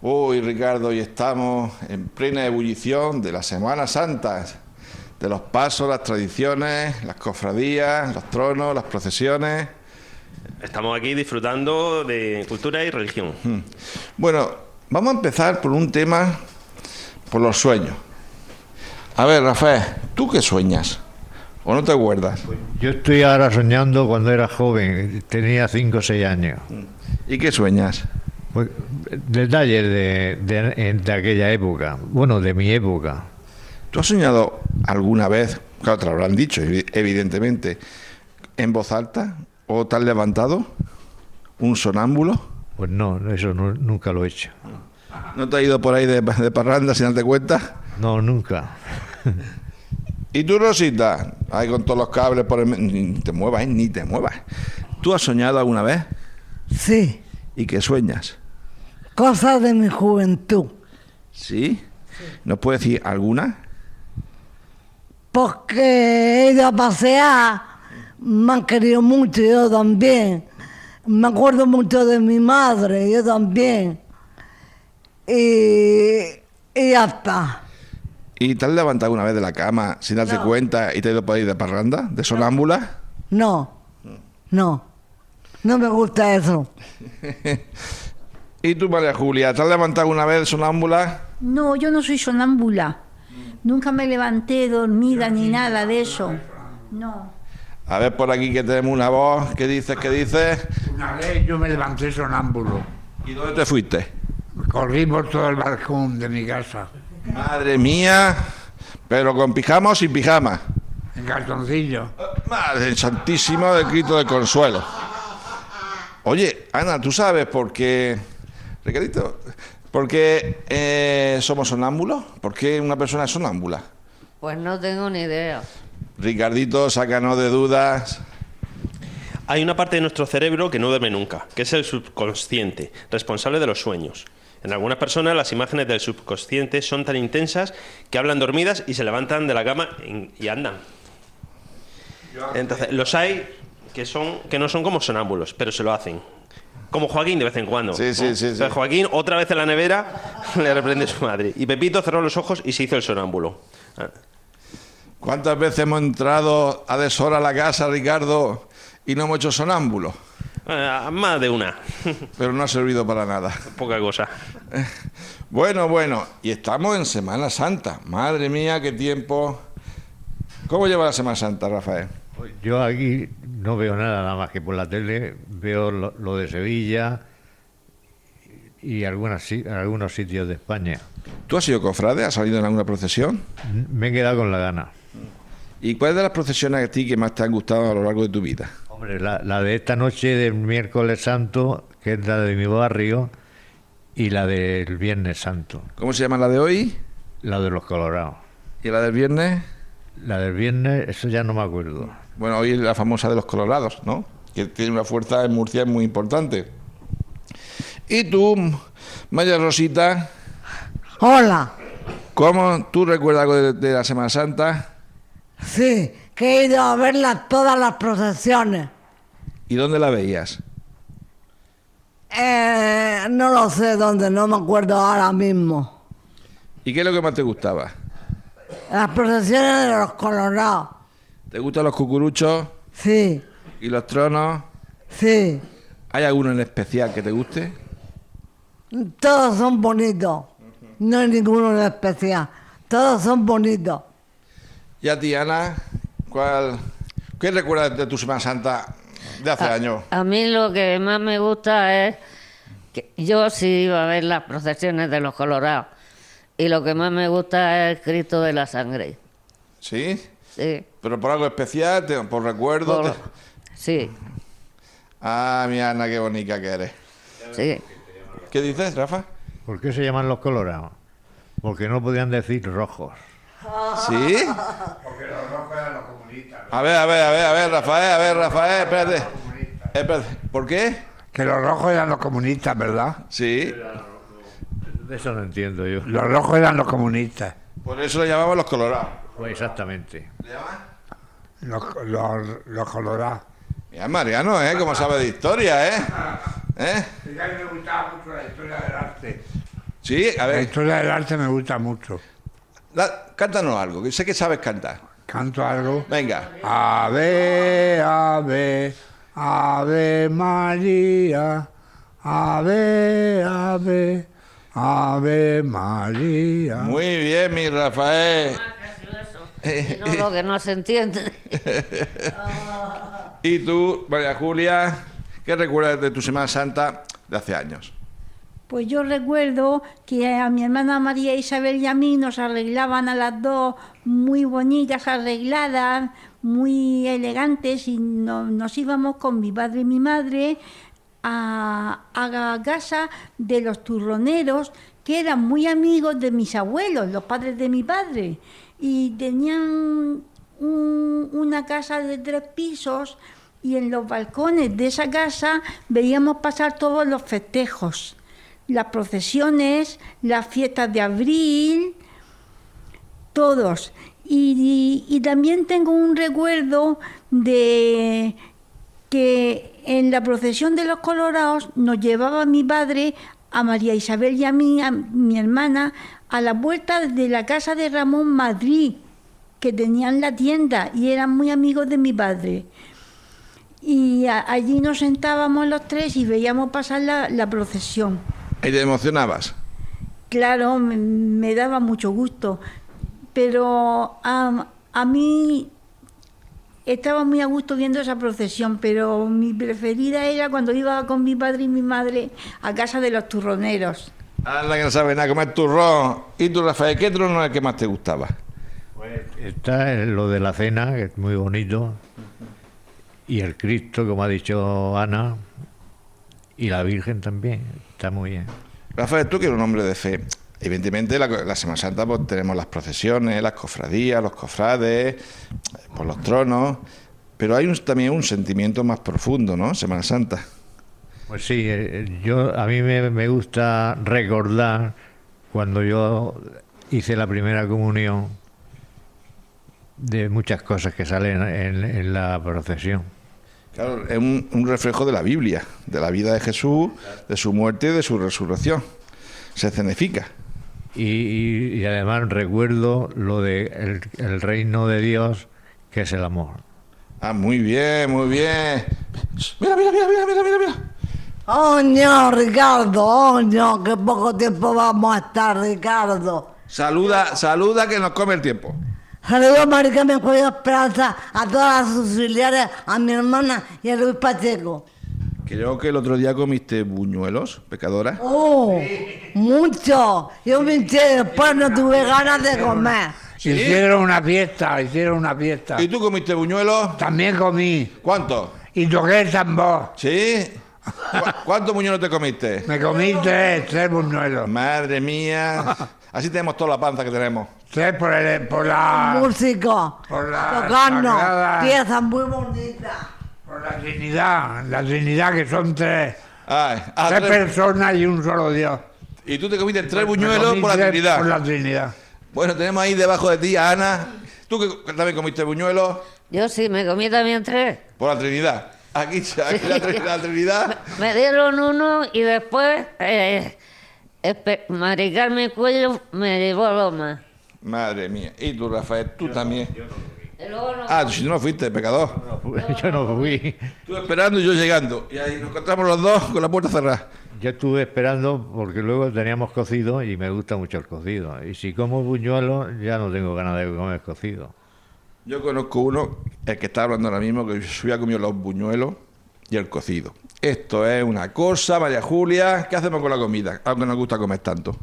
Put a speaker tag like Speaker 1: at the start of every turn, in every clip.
Speaker 1: Uy, Ricardo, hoy estamos en plena ebullición de las Semanas Santas, de los pasos, las tradiciones, las cofradías, los tronos, las procesiones.
Speaker 2: Estamos aquí disfrutando de cultura y religión.
Speaker 1: Hmm. Bueno, vamos a empezar por un tema, por los sueños. A ver, Rafael, ¿tú qué sueñas? ¿O no te acuerdas?
Speaker 3: Yo estoy ahora soñando cuando era joven, tenía 5 o 6 años.
Speaker 1: ¿Y qué sueñas?
Speaker 3: Pues, Detalles de, de- de aquella época, bueno, de mi época.
Speaker 1: ¿Tú has soñado alguna vez, claro, te lo habrán dicho, evi- evidentemente, en voz alta o tan levantado? ¿Un sonámbulo?
Speaker 3: Pues no, eso nu- nunca lo he hecho.
Speaker 1: ¿No te ha ido por ahí de, de parranda sin darte cuenta?
Speaker 3: No, nunca.
Speaker 1: ¿Y tú, Rosita? Ahí con todos los cables por el... me- Ni te muevas, ¿eh? ni te muevas. ¿Tú has soñado alguna vez?
Speaker 4: Sí,
Speaker 1: ¿Y qué sueñas?
Speaker 4: cosas de mi juventud.
Speaker 1: ¿Sí? ¿Nos puedes decir alguna?
Speaker 4: Porque he ido a pasear, me han querido mucho, yo también. Me acuerdo mucho de mi madre, yo también. Y, y ya está.
Speaker 1: ¿Y te has levantado alguna vez de la cama sin darte cuenta y te has ido por ahí de parranda, de sonámbula?
Speaker 4: No, no, no me gusta eso.
Speaker 1: ¿Y tú, María Julia? ¿Te has levantado alguna vez de sonámbula?
Speaker 5: No, yo no soy sonámbula. Nunca me levanté dormida ni nada de eso. No.
Speaker 1: A ver por aquí que tenemos una voz. ¿Qué dices? ¿Qué dices?
Speaker 6: Una vez yo me levanté sonámbulo.
Speaker 1: ¿Y dónde te fuiste?
Speaker 6: Corrí por todo el balcón de mi casa,
Speaker 1: Madre mía. Pero con pijama o sin pijama.
Speaker 6: en cartoncillo.
Speaker 1: Madre santísima del Cristo de Consuelo. Oye, Ana, ¿tú sabes por qué... Ricardito, ¿por qué eh, somos sonámbulos? ¿Por qué una persona es sonámbula?
Speaker 7: Pues no tengo ni idea.
Speaker 1: Ricardito, sácanos de dudas.
Speaker 2: Hay una parte de nuestro cerebro que no duerme nunca, que es el subconsciente, responsable de los sueños. En algunas personas las imágenes del subconsciente son tan intensas que hablan dormidas y se levantan de la cama en- y andan. Entonces, los hay que son que no son como sonámbulos, pero se lo hacen. Como Joaquín de vez en cuando.
Speaker 1: Sí, sí, sí, sí.
Speaker 2: Entonces, Joaquín otra vez en la nevera le reprende su madre. Y Pepito cerró los ojos y se hizo el sonámbulo. Ah,
Speaker 1: ¿Cuántas veces hemos entrado a deshora a la casa, Ricardo, y no hemos hecho sonámbulos?
Speaker 2: ah, más de una.
Speaker 1: Pero no ha servido para nada.
Speaker 2: Poca cosa.
Speaker 1: Bueno, bueno, y estamos en Semana Santa. Madre mía, qué tiempo. ¿Cómo lleva la Semana Santa, Rafael?
Speaker 3: Yo aquí no veo nada, nada más que por la tele veo lo, lo de Sevilla y algunas, si- algunos sitios de España.
Speaker 1: ¿Tú has sido cofrade? ¿Has salido en alguna procesión?
Speaker 3: N- Me he quedado con la gana.
Speaker 1: ¿Y cuál de las procesiones a ti que más te han gustado a lo largo de tu vida?
Speaker 3: Hombre, la, la de esta noche del miércoles santo, que es la de mi barrio, y la del viernes santo,
Speaker 1: ¿Cómo se llama la de hoy?
Speaker 3: la de los colorados.
Speaker 1: ¿Y la del viernes?
Speaker 3: La del viernes, eso ya no me acuerdo.
Speaker 1: Bueno, hoy es la famosa de los Colorados, ¿no? Que tiene una fuerza en Murcia muy importante. Y tú, Maya Rosita,
Speaker 4: Hola,
Speaker 1: ¿cómo tú recuerdas algo de, de la Semana Santa?
Speaker 4: sí, que he ido a verlas todas las procesiones.
Speaker 1: ¿Y dónde la veías?
Speaker 4: Eh, no lo sé dónde, no me acuerdo ahora mismo.
Speaker 1: ¿Y qué es lo que más te gustaba?
Speaker 4: Las procesiones de los colorados.
Speaker 1: ¿Te gustan los cucuruchos
Speaker 4: Sí,
Speaker 1: y los tronos?
Speaker 4: sí.
Speaker 1: ¿Hay alguno en especial que te guste?
Speaker 4: Todos son bonitos. No hay ninguno en especial. Todos son bonitos.
Speaker 1: Y a ti, Ana, ¿cuál, ¿qué recuerdas de tu Semana Santa de hace años?
Speaker 7: A mí lo que más me gusta es que yo sí iba a ver las procesiones de los colorados. Y lo que más me gusta es Cristo de la Sangre.
Speaker 1: ¿Sí?
Speaker 7: Sí.
Speaker 1: ¿Pero por algo especial? te- ¿Por recuerdo?
Speaker 7: Por-
Speaker 1: te-
Speaker 7: Sí,
Speaker 1: Ah, mi Ana, qué bonita que eres.
Speaker 7: sí.
Speaker 1: ¿Qué dices, Rafa?
Speaker 3: ¿Por qué se llaman los colorados? Porque no podían decir rojos.
Speaker 1: ¿Sí?
Speaker 6: Porque los rojos eran los comunistas.
Speaker 1: A ver, a ver, a ver, a ver, Rafael, a ver, Rafael, espérate. Espérate. ¿Por qué?
Speaker 6: Que los rojos eran los comunistas, ¿verdad?
Speaker 1: Sí.
Speaker 3: De eso no entiendo yo.
Speaker 6: Los rojos eran los comunistas.
Speaker 1: Por eso le llamamos los colorados.
Speaker 3: Pues exactamente.
Speaker 6: Los, los, los colorados.
Speaker 1: Mira, Mariano, ¿eh? Como sabe de historia, ¿eh? ¿Eh?
Speaker 6: A mí me gustaba mucho la historia del arte.
Speaker 1: Sí, a
Speaker 6: La
Speaker 1: ver.
Speaker 6: historia del arte me gusta mucho.
Speaker 1: la- cántanos algo, que sé que sabes cantar.
Speaker 6: Canto algo.
Speaker 1: Venga.
Speaker 6: Ave, ave, ave María, ave, ave, ave María.
Speaker 1: Muy bien, mi Rafael.
Speaker 7: Y no lo que no se entiende.
Speaker 1: ¿Y tú, María Julia, qué recuerdas de tu Semana Santa de hace años?
Speaker 5: Pues yo recuerdo que a mi hermana María Isabel y a mí nos arreglaban a las dos muy bonitas, arregladas, muy elegantes y no- nos íbamos con mi padre y mi madre a, a la casa de los turroneros que eran muy amigos de mis abuelos, los padres de mi padre. Y tenían un- una casa de tres pisos y en los balcones de esa casa veíamos pasar todos los festejos las procesiones, las fiestas de abril, todos. Y, y- y también tengo un recuerdo de que en la procesión de los colorados nos llevaba mi padre a María Isabel y a mí, a mi hermana, a la puerta de la casa de Ramón Madrid, que tenían la tienda y eran muy amigos de mi padre. Y a- allí nos sentábamos los tres y veíamos pasar la, la procesión.
Speaker 1: ¿Y te emocionabas?
Speaker 5: Claro, me, me daba mucho gusto, pero a, a mí estaba muy a gusto viendo esa procesión, pero mi preferida era cuando iba con mi padre y mi madre a casa de los turroneros.
Speaker 1: Anda que no sabes nada, comer turrón. ¿Y tú, Rafael, qué turrón es el que más te gustaba?
Speaker 3: Está el- lo de la cena, que es muy bonito. Y el Cristo, como ha dicho Ana. Y la Virgen también. Está muy bien.
Speaker 1: Rafael, tú que eres un hombre de fe. Evidentemente, la, la Semana Santa pues, tenemos las procesiones, las cofradías, los cofrades, por los tronos. Pero hay un- también un sentimiento más profundo, ¿no? Semana Santa.
Speaker 3: Pues sí, eh, eh, yo a mí me, me gusta recordar cuando yo hice la primera comunión de muchas cosas que salen en, en la procesión.
Speaker 1: Claro, es un, un reflejo de la Biblia, de la vida de Jesús, de su muerte y de su resurrección. Se escenifica.
Speaker 3: Y, y- y además recuerdo lo de el, el reino de Dios, que es el amor.
Speaker 1: Ah, muy bien, muy bien. Mira, mira, mira, mira, mira, mira, mira.
Speaker 4: Oh, no, Ricardo, oh, no, que poco tiempo vamos a estar, Ricardo.
Speaker 1: Saluda, saluda que nos come el tiempo.
Speaker 4: Saludos, Marica, mi cuello Esperanza, a todas las auxiliares, a mi hermana y a Luis Pacheco.
Speaker 1: Creo que el otro día comiste buñuelos, pecadora.
Speaker 4: Oh, mucho. Yo me hinché, después no tuve ganas de comer.
Speaker 6: Hicieron una fiesta, hicieron una fiesta.
Speaker 1: ¿Y tú comiste buñuelos?
Speaker 6: También comí
Speaker 1: ¿Cuántos?
Speaker 6: y toqué el tambor.
Speaker 1: ¿Sí? ¿Cu- ¿Cuántos buñuelos te comiste?
Speaker 6: Me comí tres, tres buñuelos.
Speaker 1: Madre mía. Así tenemos toda la panza que tenemos.
Speaker 6: Tres por, el, por la,
Speaker 4: Músico,
Speaker 6: por la
Speaker 4: tocando,
Speaker 6: sagrada-
Speaker 4: piezas muy bonitas.
Speaker 6: por la Trinidad, la Trinidad que son tres.
Speaker 1: Ay, ah,
Speaker 6: tres
Speaker 1: tres-
Speaker 6: personas y un solo Dios.
Speaker 1: y tú te comiste tres
Speaker 6: Me
Speaker 1: buñuelos
Speaker 6: comí
Speaker 1: por la
Speaker 6: tres
Speaker 1: Trinidad.
Speaker 6: Por la Trinidad.
Speaker 1: Bueno, tenemos ahí debajo de ti a Ana. Tú que que también comiste buñuelos
Speaker 7: Yo sí, me comí también tres.
Speaker 1: por la Trinidad. Aquí, aquí la, Trinidad, la Trinidad.
Speaker 7: Me dieron uno y después eh, espe- Mari Carmen Cuello me llevó Loma.
Speaker 1: Madre mía. Y tú, Rafael, tú también.
Speaker 7: Y luego no-
Speaker 1: Ah, tú si no fuiste, pecador.
Speaker 3: Yo no fui.
Speaker 1: Tú esperando y yo llegando. Y ahí nos encontramos los dos con la puerta cerrada.
Speaker 3: Yo estuve esperando porque luego teníamos cocido y me gusta mucho el cocido. Y si como buñuelos, ya no tengo ganas de comer cocido.
Speaker 1: Yo conozco uno, el que está hablando ahora mismo, que se había comido los buñuelos y el cocido. Esto es una cosa, María Julia. ¿Qué hacemos con la comida? Aunque nos gusta comer tanto.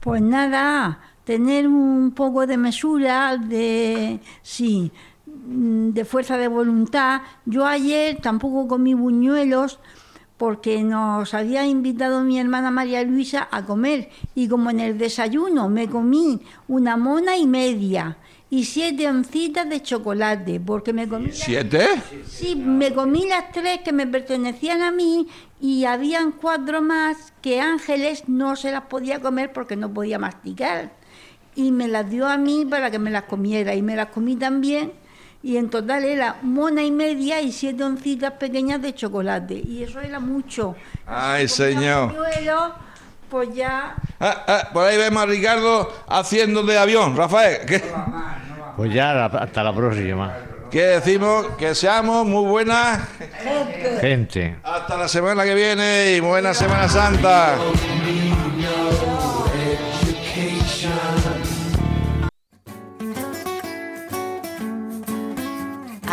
Speaker 5: Pues nada, tener un poco de mesura, de sí, mm, de fuerza de voluntad. Yo ayer tampoco comí buñuelos porque nos había invitado mi hermana María Luisa a comer y como en el desayuno me comí una mona y media y siete oncitas de chocolate, porque me comí... las-
Speaker 1: ¿Siete?
Speaker 5: Sí, me comí las tres que me pertenecían a mí y habían cuatro más que Ángeles no se las podía comer porque no podía masticar. Y me las dio a mí para que me las comiera y me las comí también. Y en total era mona y media y siete oncitas pequeñas de chocolate. Y eso era mucho.
Speaker 1: Ay,
Speaker 5: Si comía
Speaker 1: señor.
Speaker 5: buñuelo, Pues ya
Speaker 1: Ah, ah, por ahí vemos a Ricardo haciendo de avión. Rafael, ¿qué,
Speaker 3: Pues ya la- hasta la próxima.
Speaker 1: qué decimos? Que seamos muy buenas.
Speaker 3: Gente.
Speaker 1: Hasta la semana que viene y buena Semana Santa.